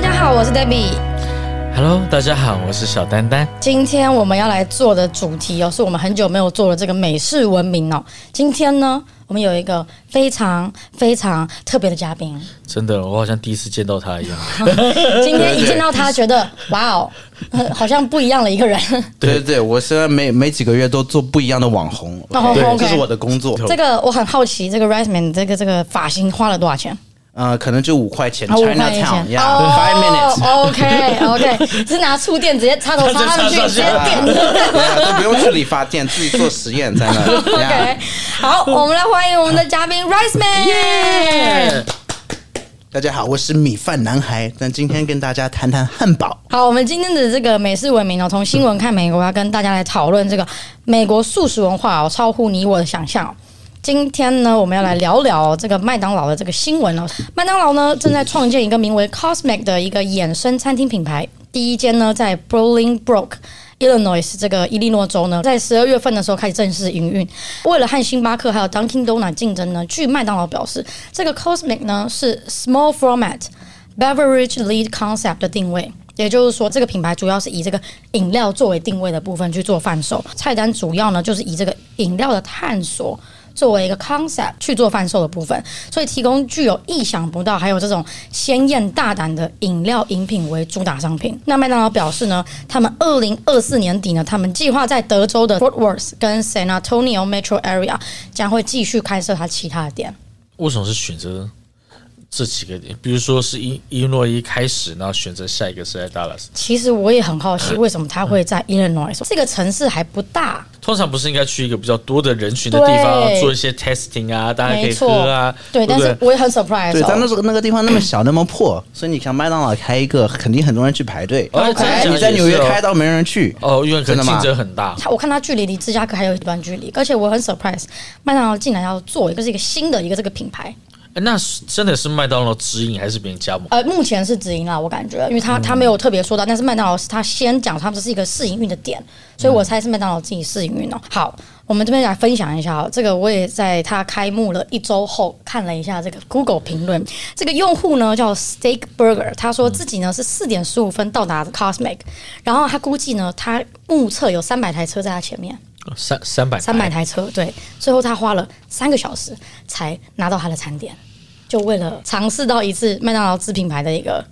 家好，我是 Debbie。 Hello，大家好，我是小丹丹。今天我们要来做的主题哦，是我们很久没有做的这个美式文明哦。今天呢，我们有一个非常非常特别的嘉宾。 真的，我好像第一次见到他一样。今天一见到他，觉得哇哦，好像不一样了一个 人。对对对，我现在每每几个月都做不一样的网红，哦 OK？ OK 这是我的工作。这个我很好奇，这个 Riceman 这个这个发型花了多少钱？呃，可能就五块钱啊五块，China 钱 Town，哦 yeah，five minutes， OK OK，是拿触电直接插头插上去，直接点的。对啊啊都不用去理发 店，自己做实验在那。 OK， yeah 好，我们来欢迎我们的嘉宾 Riceman。大家好，我是米饭男孩，但今天跟大家谈谈汉堡。好，我们今天的这个美式文明哦，从新闻看美国，要跟大家来讨论这个美国素食文化哦，超乎你我的想象哦、今天呢，我们要来聊聊这个麦当劳的这个新闻哦。麦当劳呢正在创建一个名为 Cosmic 的一个衍生餐厅品牌，第一间呢在 Bolingbrook。Illinois 这个伊利诺州呢，在十二月份的时候开始正式营运。为了和星巴克还有 Dunkin' Donut 竞争呢，据麦当劳表示，这个 Cosmic 呢是 Small Format Beverage Lead Concept 的定位。也就是说，这个品牌主要是以这个饮料作为定位的部分去做贩售，菜单主要呢就是以这个饮料的探索作为一个 concept 去做贩售的部分，所以提供具有意想不到还有这种鲜艳大胆的饮料饮品为主打商品。那麦当劳表示呢，他们二零二四年底呢，他们计划在德州的 Fort Worth 跟 San Antonio Metro Area 将会继续开设它其他的店。为什么是选择这几个点？比如说是伊伊诺伊开始，然后选择下一个是在 Dallas。其实我也很好奇，为什么它会在 Illinois 这个城市还不大？通常不是应该去一个比较多的人群的地方对做一些 testing 啊，大家可没以错，喝啊，对，不但是对？我也很 surprise，对，哦但那时候那个地方那么小，那么破，所以你看麦当劳开一个，肯定很多人去排队。哎真的哦假的你在纽约开到没人去， 哦，因为可真的能吗竞争很大。他我看他距离离芝加哥还有一段距离，而且我很 surprise，麦当劳竟然要做一个是一个新的一个这个品牌，哎那是真的是麦当劳指引还是别人加盟？呃，目前是直营啦，我感觉，因为他他没有特别说到，但是麦当劳是他先讲，他们这是一个试营运的点，所以我猜是麦当劳自己试营运哦。好，我们这边来分享一下哦，这个我也在它开幕了一周后看了一下这个 Google 评论，这个用户呢叫 Steak Burger，他说自己呢是四点十五分到达 Cosmic，然后他估计呢他目测有三百台车在他前面。三三百三百台车，对，最后他花了三个小时才拿到他的餐点，就为了尝试到一次麦当劳自品牌的一个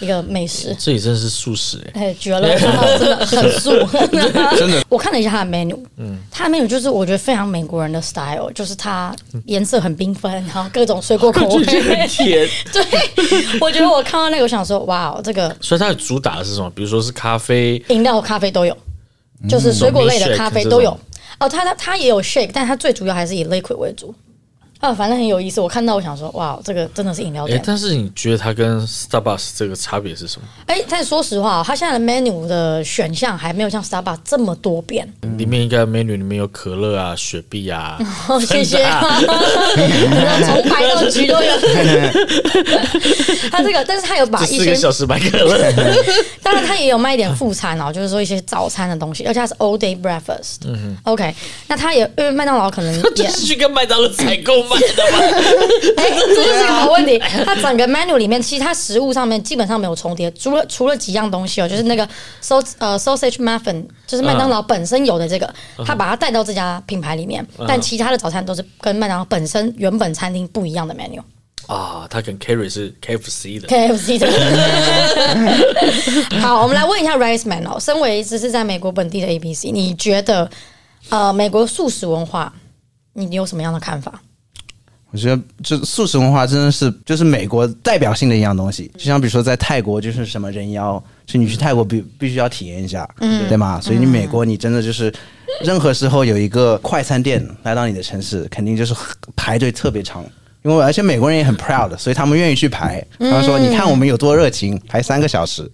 一个美食。这里真的是素食哎、哎，绝 了！麦当劳真的很素， 真的。 我看了一下它的 menu，嗯，它的 menu 就是我觉得非常美国人的 style，就是它颜色很缤纷，然后各种水果 口 味。甜。对，我觉得我看到那个，我想说，哇哦，这个所以它的主打的是什么？比如说是咖啡，饮料、咖啡都有，就是水果类的咖啡都有嗯。哦，它它它也有 shake，但它最主要还是以 liquid 为主。啊，反正很有意思。我看到我想说，哇，这个真的是饮料哎、店。但是你觉得它跟 Starbucks 这个差别是什么？哎、但说实话、哦，它现在的 menu 的选项还没有像 Starbucks 这么多变。 里面应该 menu 里面有可乐啊、雪碧啊，哦，谢谢。真的啊从白到橘都有。 它这个，但是它有把这一四些个小时买可乐。当然，它也有卖一点副餐哦，就是说一些早餐的东西，而且它是 all day breakfast。嗯 OK，那它也因为麦当劳可能这也是去跟麦当劳采购买的吗？哎，这就是个好问题。它整个 menu 里面，其实它食物上面基本上没有重叠，除了除了几样东西哦，就是那个 sau 呃 sausage muffin，就是嗯麦当劳本身有的这个，它把它带到这家品牌里面，嗯但其他的早餐都是跟麦当劳本身原本餐厅不一样的 menu。啊，它跟 Carry 是 KFC 的， KFC 的。好，我们来问一下 Rice Man 哦，身为只是在美国本地的 ABC，你觉得呃美国素食文化，你有什么样的看法？我觉得这素食文化真的是就是美国代表性的一样东西，就像比如说在泰国就是什么人妖，就你去泰国必必须要体验一下，对吗？嗯所以你美国你真的就是任何时候有一个快餐店来到你的城市，肯定就是排队特别长。因为而且美国人也很 proud，所以他们愿意去排。嗯他们说：“你看我们有多热情，排三个小 时。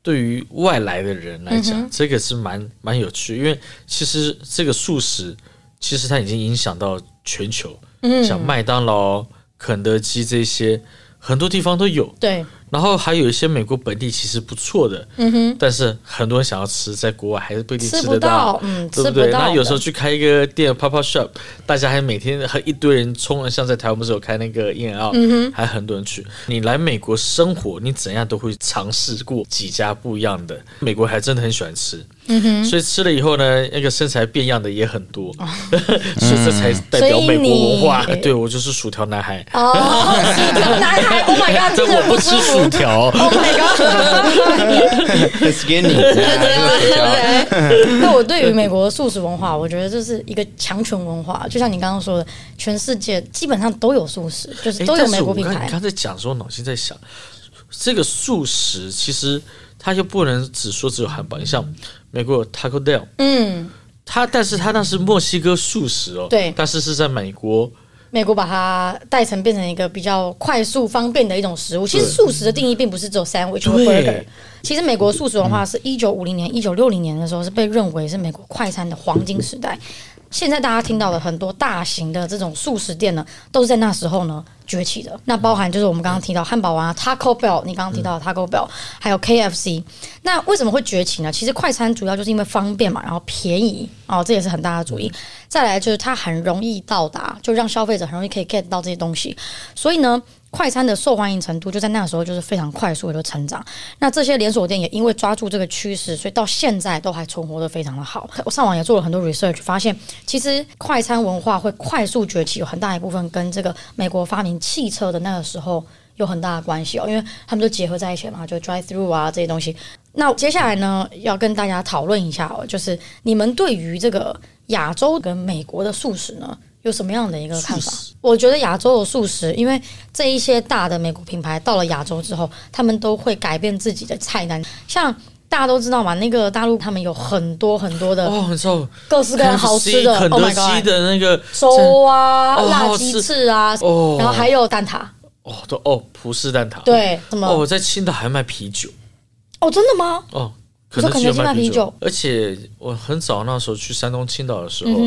对于外来的人来讲，这个是蛮蛮有趣，因为其实这个素食，其实它已经影响到全球，像麦当劳、肯德基这些，很多地方都有。对，然后还有一些美国本地其实不错的，嗯哼，但是很多人想要吃，在国外还是不一定吃得不到嗯对不吃不对？到那有时候的去开一个店 pop up shop，大家还每天和一堆人冲了，像在台湾不是有开那个 in and out，嗯哼，还很多人去。你来美国生活，你怎样都会尝试过几家不一样的。美国还真的很喜欢吃，嗯哼，所以吃了以后呢，那个身材变样的也很多， 嗯所以这才代表美国文化所以。你对我就是薯条男 孩。哦， 薯条男孩，Oh my god，但真的我不舒吃服薯 条， ，Oh my god，很 skinny，对，那我对于美国的素食文化，我觉得这是一个强权文化，就像你刚刚说的，全世界基本上都有素食，就是诶都有但是美国我品刚牌你。刚才讲的时候，我脑筋在想，这个素食其实它就不能只说只有汉堡，你像美国有 Taco Bell，嗯，它但是它那是墨西哥素食哦，对但是是在美国，美国把它带成变成一个比较快速方便的一种食物。其实素食的定义并不是只有 sandwich 和对 burger。其实美国素食文化是一九五零年、一九六零年的时候是被认为是美国快餐的黄金时代。现在大家听到的很多大型的这种素食店呢，都是在那时候呢崛起的。那包含就是我们刚刚提到汉堡王啊、Taco Bell，你刚刚提到的 Taco Bell，还有 KFC。那为什么会崛起呢？其实快餐主要就是因为方便嘛，然后便宜哦，这也是很大的主因。再来就是它很容易到达，就让消费者很容易可以 get 到这些东西。所以呢，快餐的受欢迎程度就在那时候就是非常快速的就成长。那这些连锁店也因为抓住这个趋势，所以到现在都还存活的非常的好。我上网也做了很多 research，发现其实快餐文化会快速崛起，有很大一部分跟这个美国发明汽车的那个时候有很大的关系哦，因为他们就结合在一起嘛，就 drive through 啊这些东西。那接下来呢，要跟大家讨论一下哦，就是你们对于这个亚洲跟美国的素食呢，有什么样的一个看法素食？我觉得亚洲的素食，因为这一些大的美国品牌到了亚洲之后，他们都会改变自己的菜单，像。大家都知道嘛，那个大陆他们有很多很多的哦，你知道各式各样好吃的肯，Oh 德 my 基 god，的那个粥啊、哦辣好鸡吃翅啊，哦然后还有蛋挞，哦，都哦葡式蛋挞，对，什么？哦，我哦在青岛还卖啤酒真的吗？哦。你说肯德基卖啤酒而且我很早那时候去山东青岛的时候，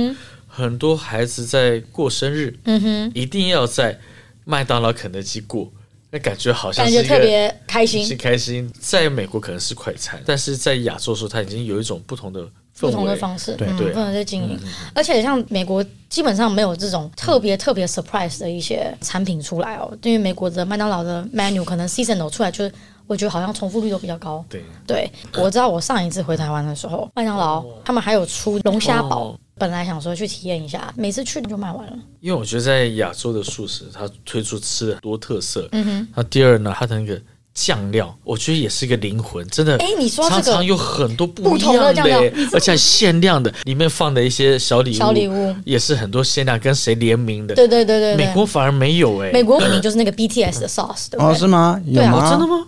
很多孩子在过生日，嗯哼，一定要在麦当劳、肯德基过，那感觉好像感是一觉个特别开心是，开心。在美国可能是快餐，但是在亚洲的时候，它已经有一种不同的氛不围。嗯同的方式，对嗯，对不能再经营。而且像美国基本上没有这种特别特别 surprise 的一些产品出来哦，因为美国的麦当劳的 menu 可能 seasonal 出来就是。我觉得好像重复率都比较高。对，对，我知道我上一次回台湾的时候，麦当劳他们还有出龙虾堡哦，本来想说去体验一下，每次去就卖完了。因为我觉得在亚洲的素食，它推出吃的多特色。嗯哼。那第二呢，它的那个酱料，我觉得也是一个灵魂，真的。哎你说这个常常有很多不不一同的样酱料欸而且还限量的，里面放的一些小礼物，小礼物也是很多限量，跟谁联名的。对对对对对，美国反而没有哎、美国品就是那个 BTS 的 sauce，对不哦，对？是吗？有对啊吗？真的吗？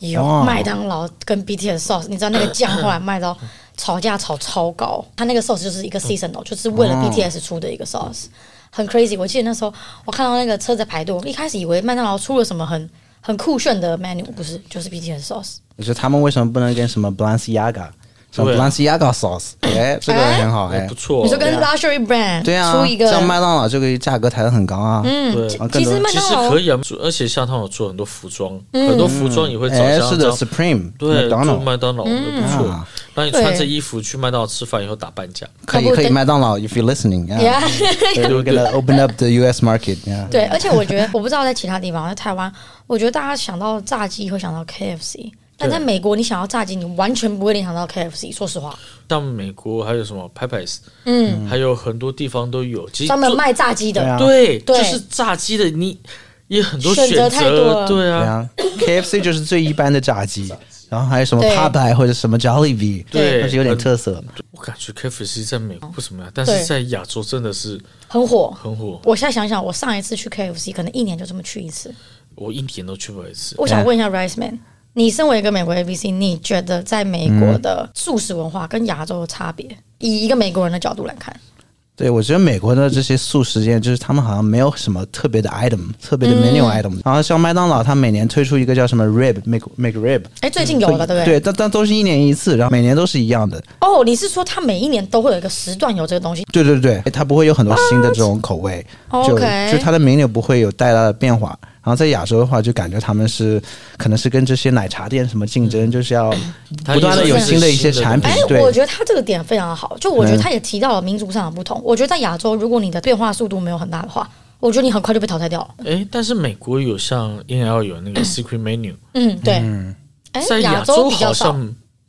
有哇麦当劳跟 BTS sauce，你知道 那个酱后来卖到吵架吵超高，它那个 sauce 就是一嗯个 seasonal，就是为了 BTS 出的一个 sauce，很 crazy。我记得那时候我看到那个车在排队，我一开始以为麦当劳出了什么很很酷炫的 menu，不是，就是 BTS sauce。你说他们为什么不能跟什么 Balenciaga，什么对啊 Balenciaga sauce？哎，这个很好哎哎，不。错哦、你说跟对啊 luxury brand 对啊出一，个，像麦当劳这个价格抬得很高啊。嗯，对其啊更其实多麦其当实劳嗯可以啊，而且像他们有做很多服装，很多服装也会找哎，像是这的样，Supreme，对，麦当做劳麦当劳的不错啊。那你穿着嗯对衣服去麦当劳吃饭以后打半价，可以要不可以，等麦当劳，if you're Yeah listening，yeah，对 we're 不对？ gonna open up the U.S. market，yeah。对，而且我觉得，我不知道在其他地方，在台湾，我觉得大家想到炸鸡会想到 KFC，但在美国，你想到炸鸡，你完全不会联想到 KFC。说实话，像美国还有什么 p e p e s 嗯，还有很多地方都有。其实专门做卖炸鸡的，对啊对，对就是炸鸡的，你也很多选择选太多了择，对对啊，啊，KFC 就是最一般的炸鸡，然后还有什么对 Popeye 或者什么 Jollibee，对但是有点特色。我感觉 KFC 在美国不怎么样，但是在亚洲真的是很火。很火。我现在想想，我上一次去 KFC 可能一年就这么去一次。我一年都去不了一次。我想问一下 Rice Man，你身为一个美国 ABC，你觉得在美国的素食文化跟亚洲的差别，以一个美国人的角度来看，对，我觉得美国的这些素食店，就是他们好像没有什么特别的 item，特别的嗯 menu item、然后像麦当劳，它每年推出一个叫什么 rib make make rib，哎，最近有了，对不对？嗯对，但但都是一年一次，然后每年都是一样的。哦，你是说他每一年都会有一个时段有这个东西？对对对，它不会有很多新的这种口味 What？就啊哦 OK 就它的 menu 不会有太大的变化。然后在亚洲的话，就感觉他们是可能是跟这些奶茶店什么竞争，就是要它不断的有也是新的一些产品哎。，对，我觉得他这个点非常好，就我觉得他也提到了民族上的不同。我觉得在亚洲，如果你的变化速度没有很大的话，我觉得你很快就被淘汰掉了。哎，但是美国有像 In L 有那个 Secret Menu，嗯，对。哎在亚洲比较好少，像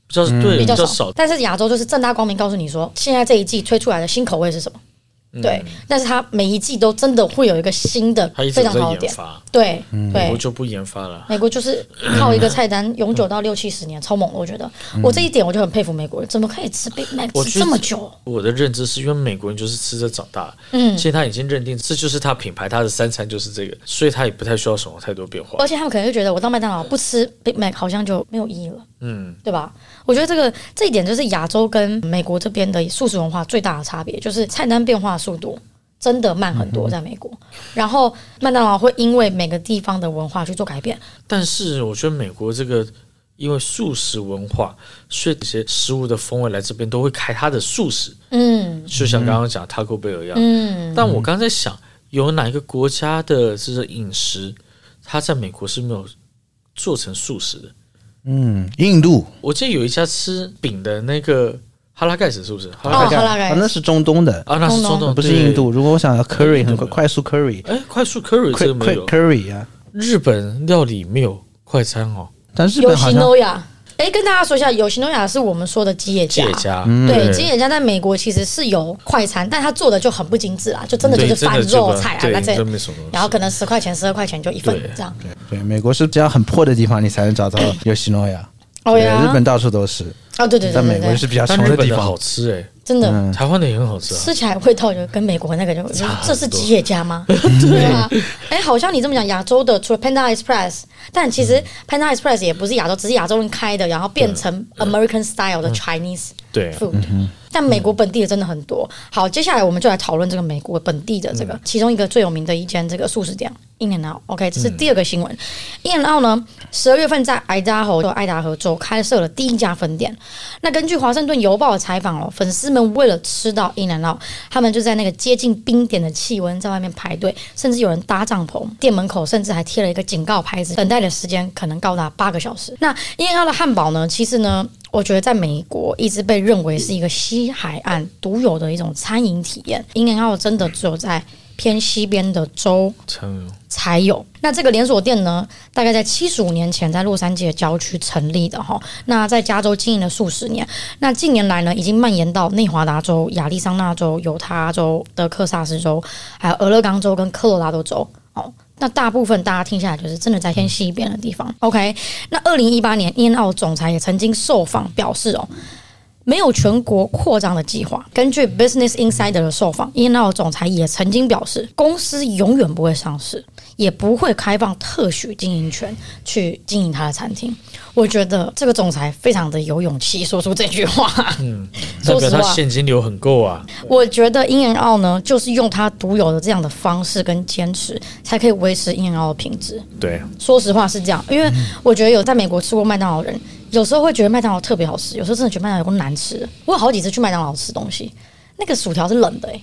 比较嗯对比比较较少少，，但是亚洲就是正大光明告诉你说，现在这一季推出来的新口味是什么。嗯对，但是它每一季都真的会有一个新的它一直非有常在好的研点，发，对美对。国就不研发了。美国就是靠一个菜单永久到六七十年，超猛的！我觉得我这一点我就很佩服美国人，怎么可以吃 Big Mac 我吃觉得这么久？我的认知是因为美国人就是吃着长大，嗯其实他已经认定这就是他品牌，他的三餐就是这个，所以他也不太需要什么太多变化而。且他们可能就觉得我到麦当劳不吃 Big Mac 好像就没有意义了，嗯，对吧？我觉得这个这一点就是亚洲跟美国这边的素食文化最大的差别，就是菜单变化速度真的慢很嗯多，在美国。然后麦当劳会因为每个地方的文化去做改变，但是我觉得美国这个因为素食文化，所以这些食物的风味来这边都会开它的素食，嗯就像刚刚讲 Taco Bell 一样。嗯，但我刚才想，有哪一个国家的这个饮食，它在美国是没有做成素食的？ 嗯，印度我记得有一家吃饼的那个哈拉盖斯，是不是？哈哦拉盖斯哈拉盖啊那是中东哦的，啊，那是中东，不是对印。度。如果我想要 curry 很快对快速 curry，哎，快速 curry 这快个没快有， curry 啊，日本料理没有快餐哦，但日有本好西像诺亚。哎，跟大家说一下，有西诺亚是我们说的吉野家借。家，嗯嗯对，吉野家在美国其实是有快餐，但它做的就很不精致啦，就真的就对是真饭的就肉不菜啊，对那这真没什么东西然后可能十块钱、十二块钱就一份对这样。对，美国是只要很破的地方，你才能找到有西诺亚。哦对呀，日本到处都是，哦，对对对但对美国对，是比较但穷日本地的好方。吃哎、真的、嗯台湾的也很好吃啊。吃起来味道就跟美国那个就，很多这是吉野家 吗？对啊，哎，好像你这么讲，亚洲的除了 Panda Express，但其嗯实 Panda Express 也不是亚洲，只是亚洲人开的，然后变成嗯 American style 的 Chinese 对， food。但美国本地的真的很多。好，接下来我们就来讨论这个美国本地的这嗯个其中一个最有名的一间这个素食店 In and Out。OK，这是嗯第二个新闻。In and Out 呢，十二月份在爱达荷州爱达荷州开设了第一家分店。那根据《华盛顿邮报》的采访哦，粉丝们为了吃到 In and Out，他们就在那个接近冰点的气温在外面排队，甚至有人搭帐篷。店门口甚至还贴了一个警告牌子，等待的时间可能高达八个小时。那 In and Out 的汉堡呢，其实呢，我觉得在美国一直被认为是一个西海岸独有的一种餐饮体验。In and Out 真的只有在偏西边的州成才有。那这个连锁店呢，大概在七十五年前在洛杉矶的郊区成立的哈。那在加州经营了数十年，那近年来呢，已经蔓延到内华达州、亚利桑那州、犹他州、德克萨斯州，还有俄勒冈州跟科罗拉多州哦。那大部分大家听下来就是真的在偏西边的地方。OK，那二零一八年，英澳总裁也曾经受访表示哦，没有全国扩张的计划。根据 Business Insider 的受访，英澳总裁也曾经表示，公司永远不会上市，也不会开放特许经营权去经营他的餐厅。我觉得这个总裁非常的有勇气说出这句话。 代说表实他话，现金流很够啊。我觉得英人澳呢，就是用他独有的这样的方式跟坚持，才可以维持英人澳的品质。对，说实话是这样，因为我觉得有在美国吃过麦当劳的人，有时候会觉得麦当劳特别好吃，有时候真的觉得麦当劳有够难吃的。我有好几次去麦当劳吃东西，那个薯条是冷的、欸，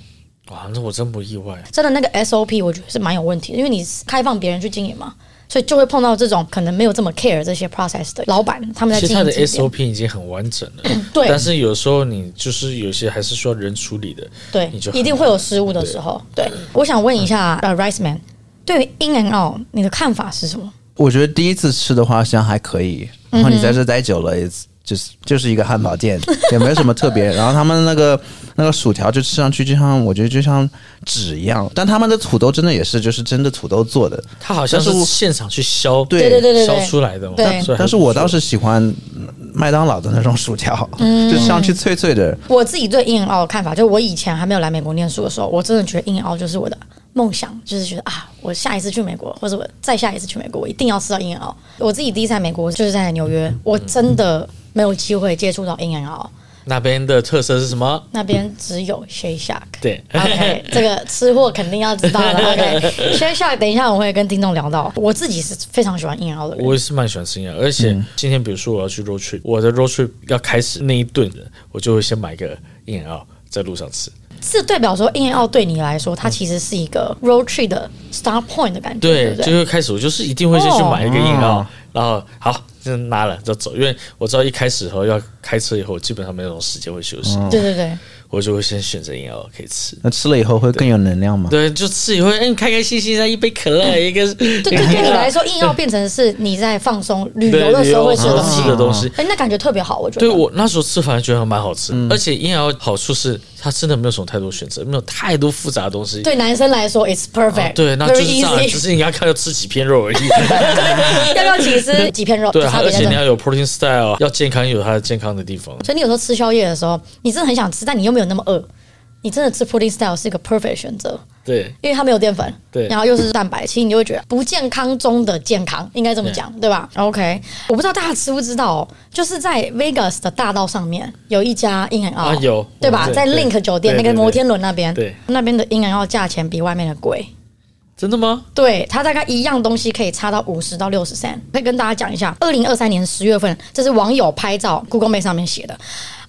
哇，那我真不意外。真的那个 SOP 我觉得是蛮有问题的，因为你开放别人去经营嘛，所以就会碰到这种可能没有这么 care 这些 process 的老板，他们在其实经它营的这些 SOP 已经很完整了，对但是有时候你就是有些还是需要人处理的。对你就，很一定会有失误的时候。对，我想问一下呃，Rice Man，对于 In and Out 你的看法是什么？我觉得第一次吃的话，好像还可以。然后你在这待久了，也就是就是一个汉堡店，也没有什么特别。然后他们那个那个薯条就吃上去，就像我觉得就像纸一样。但他们的土豆真的也是就是真的土豆做的，它好像但是是我现场去削，对对对对削对出来的嘛。对所以还但是我不错倒是喜欢嗯麦当劳的那种薯条，就吃上去脆脆的。我自己对 In and Out 的看法，就我以前还没有来美国念书的时候，我真的觉得 In and Out 就是我的梦想，就是觉得啊，我下一次去美国，或者我再下一次去美国，我一定要吃到 In and Out。我自己第一次来美国就是在纽约，我真的没有机会接触到 In and Out，那边的特色是什么？那边只有 Shake Shack。对 OK，这个吃货肯定要知道了。OK，Shake Shack，等一下我会跟听众聊到，我自己是非常喜欢 In and Out 的人。我也是蛮喜欢吃鸭，而且今天比如说我要去 road trip，我的 road trip 要开始那一顿的，我就会先买一个燕奥在路上吃。是代表说 In and Out 对你来说，它其实是一个 road trip 的 start point 的感觉，对嗯对，不对？就会开始我就是一定会先去哦买一个硬哦澳，然后好就拿了就走，因为我知道一开始和要开车以后，基本上没有时间会休息，对对对，我就会先选择硬澳可以吃。那吃了以后会更有能量吗？对，就吃以后，嗯，开开心心的一杯可乐，一个对对对，对你来说，硬要变成是你在放松旅游的时候会吃的东西吃，的东西。哎，那感觉特别好，我觉得。对我那时候吃，反而觉得还蛮好吃，嗯而且硬澳好处是它真的没有什么太多选择，没有太多复杂的东西。对男生来说，it's 啊 perfect，对，那就是 very 这样，只 easy。是你要看要吃几片肉而已。 要不要起司？几片肉？对，就差而别在且这你。要有 protein style，要健康有它的健康的地方。所以你有时候吃宵夜的时候，你真的很想吃，但你又没有那么饿，你真的吃 protein style 是一个 perfect 选择，对，因为它没有淀粉，对然后又是蛋白，其实你就会觉得不健康中的健康，应该这么讲，对吧？OK，我不知道大家知不知道、哦，就是在 Vegas 的大道上面有一家 In and Out，、啊有对吧？对在对 Link 酒店对那个对摩对天轮那边，对那边的 In and Out 价钱比外面的贵。真的吗？对，它大概一样东西可以差到五十到六十三。可以跟大家讲一下，二零二三年十月份，这是网友拍照 Google Map 上面写的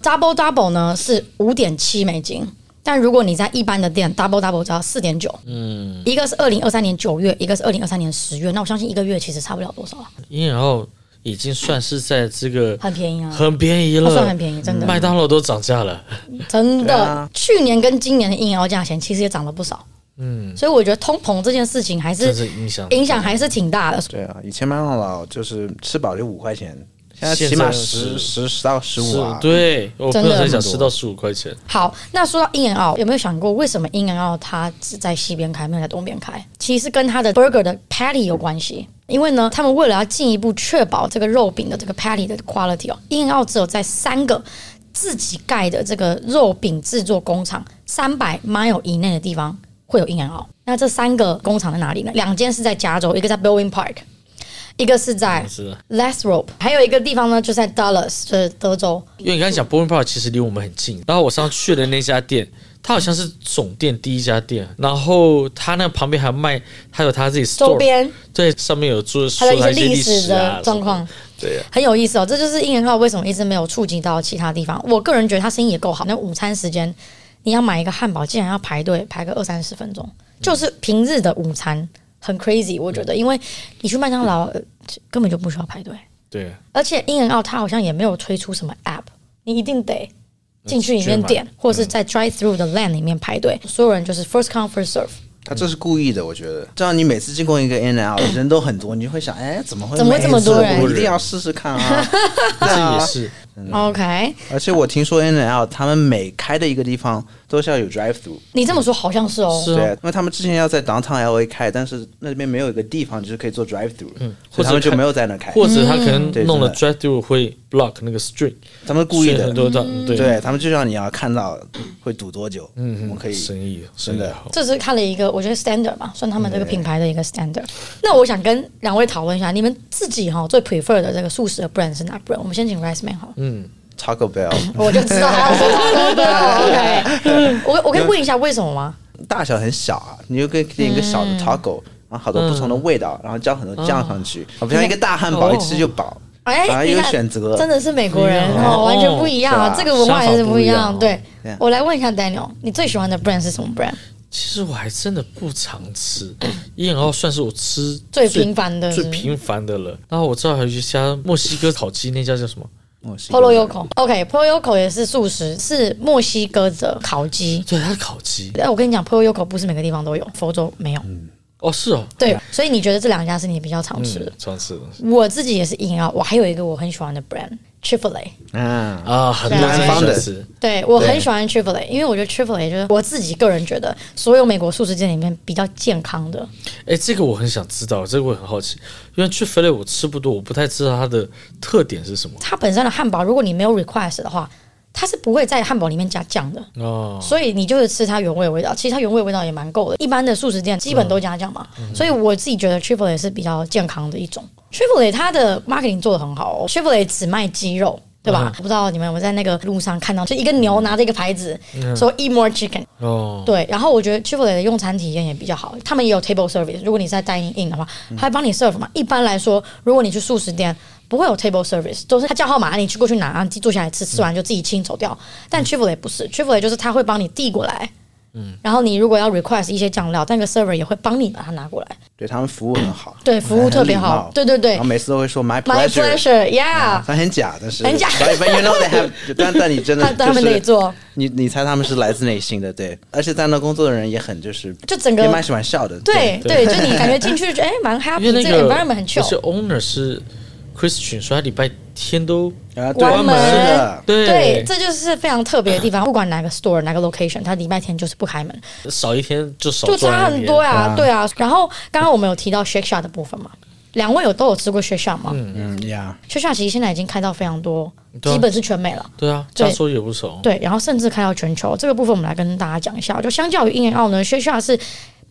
，Double Double 呢是五点七美金。但如果你在一般的店，double double 只要四点九，嗯，一个是二零二三年九月，一个是二零二三年十月，那我相信一个月其实差不了多少啊，因然后已经算是在这个很便宜啊，很便宜了，算很便宜真的麦当劳都涨价了，真的。去年跟今年的硬摇价钱其实也涨了不少，嗯，所以我觉得通膨这件事情还真是是影响影响还是挺大的，对啊，以前麦当劳就是吃饱就五块钱，现在现起码在十是十十到十五啊。对我真朋的友在这么讲多十到十五块钱，好，那说到 In and Out，有没有想过为什么 In and Out 它只在西边开，没有在东边开？其实跟它的 burger 的 patty 有关系。因为呢，他们为了要进一步确保这个肉饼的这个 patty 的 quality 哦，In and Out 只有在三个自己盖的这个肉饼制作工厂三百 mile 以内的地方会有 In and Out。那这三个工厂在哪里呢？两间是在加州，一个在 Bowling Park，一个是在是的。 Les Rob，还有一个地方呢就在 Dallas，就是德州。因为你刚才讲 b o w l i n Park 其实离我们很近，然后我上次去的那家店，它好像是总店第一家店，然后它那旁边还卖，还有它自己 store, 周边对，上面有做还说有一它些一些历历史史的啊状况，什么的，对啊，很有意思哦。这就是英人号为什么一直没有触及到其他地方。我个人觉得他生意也够好，那午餐时间你要买一个汉堡，竟然要排队排个二三十分钟，就是平日的午餐很 crazy。我觉得，因为你去麦当劳、呃根本就不需要排队，对啊，而且英人澳它好像也没有推出什么 app，你一定得。进去里面去买点，或是嗯在 drive through 的 land 里面排队，所有人就是 first come first serve。他这是故意的，我觉得。这样你每次经过一个 In and Out，人都很多，你就会想，哎，怎么会怎么会这么多人每次我一定要试试看 啊！对这也啊，是嗯 OK，而且我听说 In and Out 他们每开的一个地方都是要有 Drive Through，你这么说好像是哦，是对，啊因为他们之前要在 Downtown LA 开，但是那边没有一个地方就是可以做 Drive Through，嗯或所以他者们就开没有在那开，嗯或者他可能对弄了真 drive through 会 block 那个 street，他们故意所以的很。多的，嗯对对他们就让你要看到会堵多久，嗯，我们可以生意真生的意好。这是看了一个，我觉得 standard 吧，算他们这个品牌的一个 standard。那我想跟两位讨论一下，你们自己哈、最 prefer 的这个素食的 brand 是哪 brand？我们先请 Rice Man 好了，嗯 Taco Bell 我就知道他要说 Taco Bell。OK，我我可以问一下为什么吗？大小很小啊，你就可以点一个小的嗯 Taco，然后好多不同的味道，然后浇很多酱上去，不像一个大汉堡哦一吃就饱，哎反，而你有看，选择真。的是美国人不一样哦，哦完全不一样啊，是吧这个文化还是不一想样。法不一对样啊对，我来问一下 Daniel，你最喜欢的 brand 是什么 brand？其实我还真的不常吃，一然后算是我吃最频繁的最频繁的了。然后我知道还有一家墨西哥烤鸡，那家叫什么？我哦是一个哦 Polo Yoco。OK，Polo Yoco 也是素食，是墨西哥的烤鸡。对，它是烤鸡。哎，我跟你讲，Polo Yoco 不是每个地方都有，佛州没有。哦，是哦，对，所以你觉得这两家是你比较常吃的？嗯，常吃的东西我自己也是硬要，啊我还有一个我很喜欢的 brand Chipotle，啊，啊，很多南人方的喜欢吃。对我很喜欢 Chipotle，因为我觉得 Chipotle 就是我自己个人觉得所有美国素食店里面比较健康的。哎，这个我很想知道，这个我很好奇，因为去肥类我吃不多，我不太知道它的特点是什么。它本身的汉堡，如果你没有 request 的话，它是不会在汉堡里面加酱的，哦，所以你就是吃它原味的味道。其实它原味的味道也蛮够的，一般的素食店基本都加酱嘛，所以我自己觉得 Chipotle 是比较健康的一种。Chipotle 它的 marketing 做的很好哦，Chipotle 只卖鸡肉。对吧？我不知道你们有没有在那个路上看到，就一个牛拿着一个牌子、说 “Eat more chicken”，哦，对，然后我觉得 Chipotle 的用餐体验也比较好，他们也有 table service。如果你在 dining in 的话，他会帮你 serve 嘛。一般来说，如果你去素食店，不会有 table service，都是他叫号码，你去过去拿，然后你自己坐下来吃，吃完就自己清走掉。但 Chipotle 不是，Chipotle 就是他会帮你递过来，嗯，然后你如果要 request 一些酱料，那个 server 也会帮你把它拿过来，对他们服务很好，对，服务特别好，对对对然后每次都会说 my ，my pleasure，啊 pleasure，yeah，他很假，但是很假 But but you know they have，但但你真的他他们就是得做，你你猜他们是来自内心的，对，而且在那工作的人也很就是就整也个蛮喜欢笑的，对对，就你感觉进去哎蛮 happy，因为这那个个 environment 很而且 chill， owner 是 Christian，说他礼拜天都啊，对，关门是的，对对，这就是非常特别的地方。不管哪个 store 哪个 location，它礼拜天就是不开门，少一天就少就赚差一很天多呀，对啊。然后刚刚我们有提到 shake shop 的部分嘛，两位有都有吃过 shake shop 吗嗯呀， ？shake shop 其实现在已经开到非常多，对啊基本是全美了。对啊，对加州也不熟。对，然后甚至开到全球这个部分，我们来跟大家讲一下。就相较于 In and Out 呢，学校是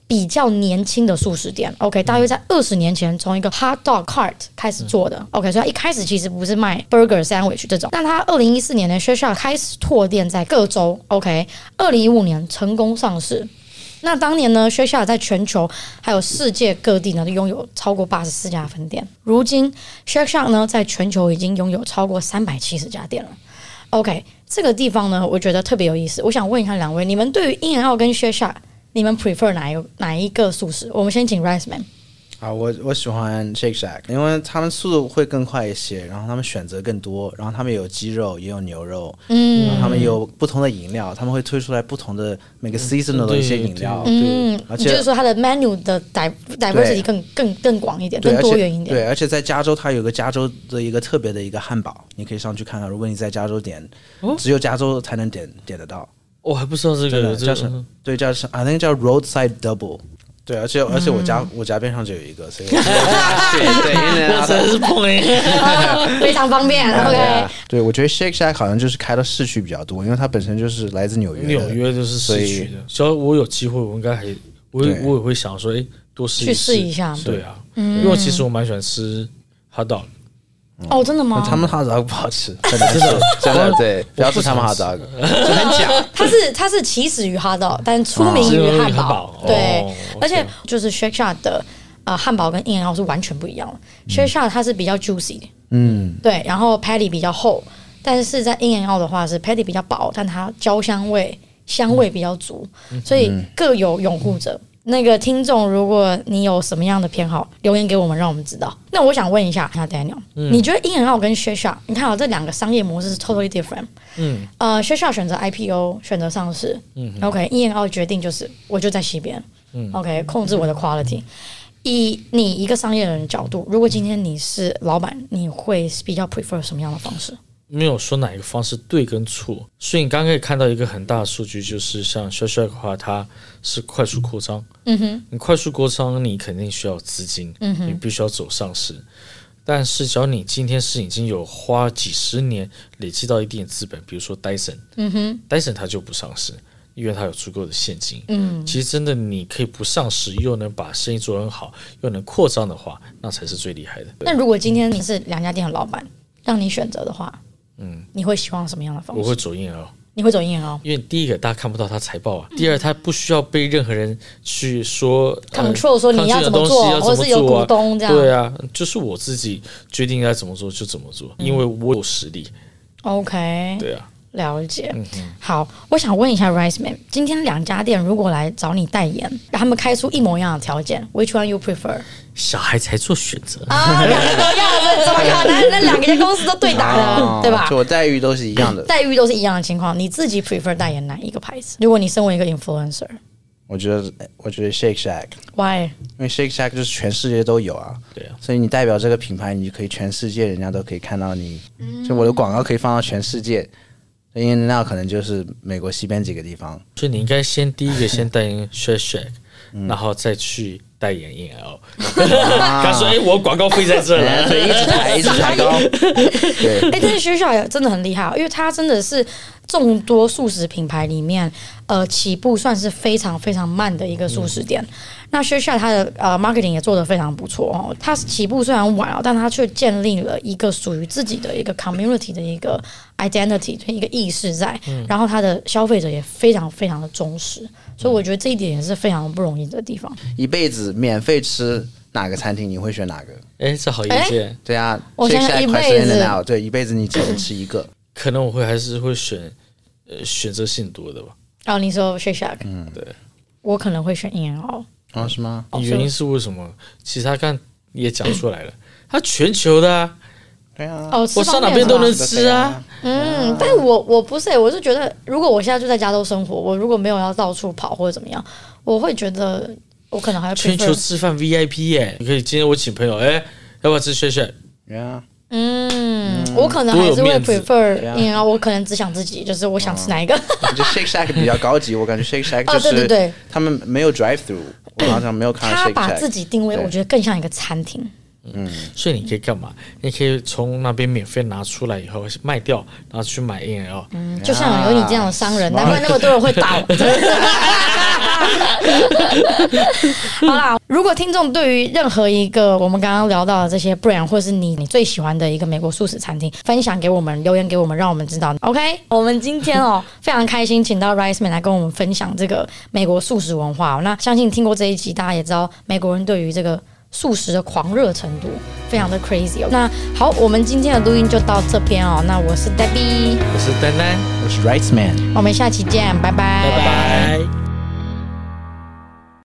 比较年轻的素食店，OK，大约在二十年前从一个 hot dog cart 开始做的，OK，所以它一开始其实不是卖 burger sandwich 这种，但它二零一四年呢，学校开始拓店在各州，OK，二零一五年成功上市。那当年呢，学校在全球还有世界各地呢，都拥有超过八十四家分店。如今 Shake Shack 呢，在全球已经拥有超过三百七十家店了。OK，这个地方呢，我觉得特别有意思。我想问一下两位，你们对于 In and Out 跟 Shake Shack，你们 prefer 哪一个哪一个素食？我们先请 Rice Man。啊，我我喜欢 Shake Shack，因为他们速度会更快一些，然后他们选择更多，然后他们有鸡肉也有牛肉，嗯，然后他们有不同的饮料，他们会推出来不同的每个 seasonal 的一些饮料，嗯对嗯，而你且就是说它的 menu 的 di- diversity 更更更广一点，对，更而多且元一点。对，而且在加州，它有个加州的一个特别的一个汉堡，你可以上去看看。如果你在加州点，哦只有加州才能点点得到。我还不知道这真个的叫这什个么。？对，叫什么啊？那个叫 roadside double。对，而且而且我家、嗯我家边上就有一 个，所以我对对，因为那真是碰哎！ 非常方 便。OK，对，啊我觉得 Shake Shack 好像就是开到市区比较多，因为它本身就是来自纽约的。纽约就是市所区以的，只要我有机会，我应该还我也对我也会想说，哎，多试去试试一下嗯对啊，因为其实我蛮喜欢吃 hot dog，哦，真的吗？他们哈达不好吃， 真的真的真的对，不要吃他们哈达，就很假。 它是它是起始于哈道，但出名哦于出名于汉啊汉堡堡。对哦，而且 OK 就是 Shake Shack 的呃汉堡跟 In and Out 是完全不一样的。Shake Shack 它是比较 juicy，嗯，对，然后 patty 比较厚，但是在 In and Out 的话是 patty 比较薄，但它焦香味香味比较足，所以各有拥护者。那个听众，如果你有什么样的偏好，留言给我们，让我们知道。那我想问一下，那 Daniel，、你觉得 In and Out 跟 Shake Shack，你看啊、这两个商业模式是 totally different。呃，学校选择 IPO，选择上市，嗯，OK，一言二决定就是我就在西边，嗯，OK，控制我的 quality。以你一个商业人的角度，如果今天你是老板，你会比较 prefer 什么样的方式？没有说哪一个方式对跟错，所以你刚刚可以看到一个很大的数据，就是像 s h a s h a 的话，它是快速扩张。嗯哼，你快速扩张，你肯定需要资金，嗯哼，你必须要走上市。但是，只要你今天是已经有花几十年累积到一定的资本，比如说 Dyson，嗯哼，Dyson 它就不上市，因为它有足够的现金。嗯，其实真的你可以不上市，又能把生意做得很好，又能扩张的话，那才是最厉害的。那如果今天你是两家店的老板，让你选择的话，嗯，你会喜欢什么样的方我式会？走硬哦。你会走硬哦因为第一个大家看不到他财报啊，嗯第二他不需要被任何人去说呃，control 说你抗拒要的怎么东西做，要或者怎么是有做股啊东这样，对啊，就是我自己决定该怎么做就怎么做，嗯因为我有实力。 ，OK，对啊，了解，好，我想问一下 Rice Man，今天两家店如果来找你代言，让他们开出一模一样的条件，Which one you prefer？小孩才做选择，啊，两个都要，这怎么可能？那两家公司都对打啊了，对吧就？我待遇都是一 样的，待遇都是一样的情况，你自己 prefer 代言哪一个牌子？如果你身为一个 influencer，why？我觉得我觉得 Shake Shack。因为 Shake Shack 就是全世界都有啊，对啊所以你代表这个品牌，你就可以全世界人家都可以看到你，嗯所以我的广告可以放到全世界，因为那可能就是美国西边几个地 方，所以你应该先第一个先代言 Shake Shack，然后再去代言 In L。他说：“哎，我广告费在这 了。”所以一直抬一直抬高，对， 哎、但是学校也真的很厉害哦，因为它真的是众多素食品牌里面，呃，起步算是非常非常慢的一个素食店。那学校它的呃 marketing 也做得非常不错哦，它起步虽然晚哦，但它却建立了一个属于自己的一个 community 的一个 identity 一个意识在，然后它的消费者也非常非常的忠实，所以我觉得这一点也是非常不容易的地方。一辈子免费吃哪个餐厅，你会选哪个？哎，这好意见。对啊我，Shake 想想 Shack 一快辈是子 In and Out，对，一辈子你只能吃一个，可能我会还是会选呃选择性多的吧。哦，你说 Shake Shack，嗯，对，我可能会选硬汉哦。啊，是吗？原因是为什么？其实他刚也讲出来了， 他全球的啊，对啊，哦，吃我方上哪便边都是吧能吃啊。嗯，但我我不是、欸，我是觉得，如果我现在就在加州生活，我如果没有要到处跑或者怎么样，我会觉得我可能还会全球 prefer 吃饭 VIP 耶、你可以今天我请朋友，哎、要不要吃 shake shake？对啊，嗯，我可能还是多会有面子 prefer，对啊嗯，然后我可能只想自己，就是我想吃哪一个。就 Shake Shack 比较高级，我感觉 Shake Shack 哦就对对是对他们没有 drive through，我好像没有看到他啊 Shake 把自 Shack。己定位，对我觉得更像一个餐厅。所以你可以干嘛？你可以从那边免费拿出来以后卖掉，然后去买 N L。就像有你这样的商人，啊难怪那么多人会倒。 好啦，如果听众对于任何一个我们刚刚聊到的这些 brand，或是你你最喜欢的一个美国素食餐厅，分享给我们，留言给我们，让我们知道。OK，我们今天哦非常开心，请到 Rice Man 来跟我们分享这个美国素食文化哦、那相信听过这一集，大家也知道美国人对于这个。素食的狂热程度非常的 crazy 哦。那好，我们今天的录音就到这边哦。那我是 Debbie，我是丹丹，我是 Rights Man。我们下期见，拜拜拜拜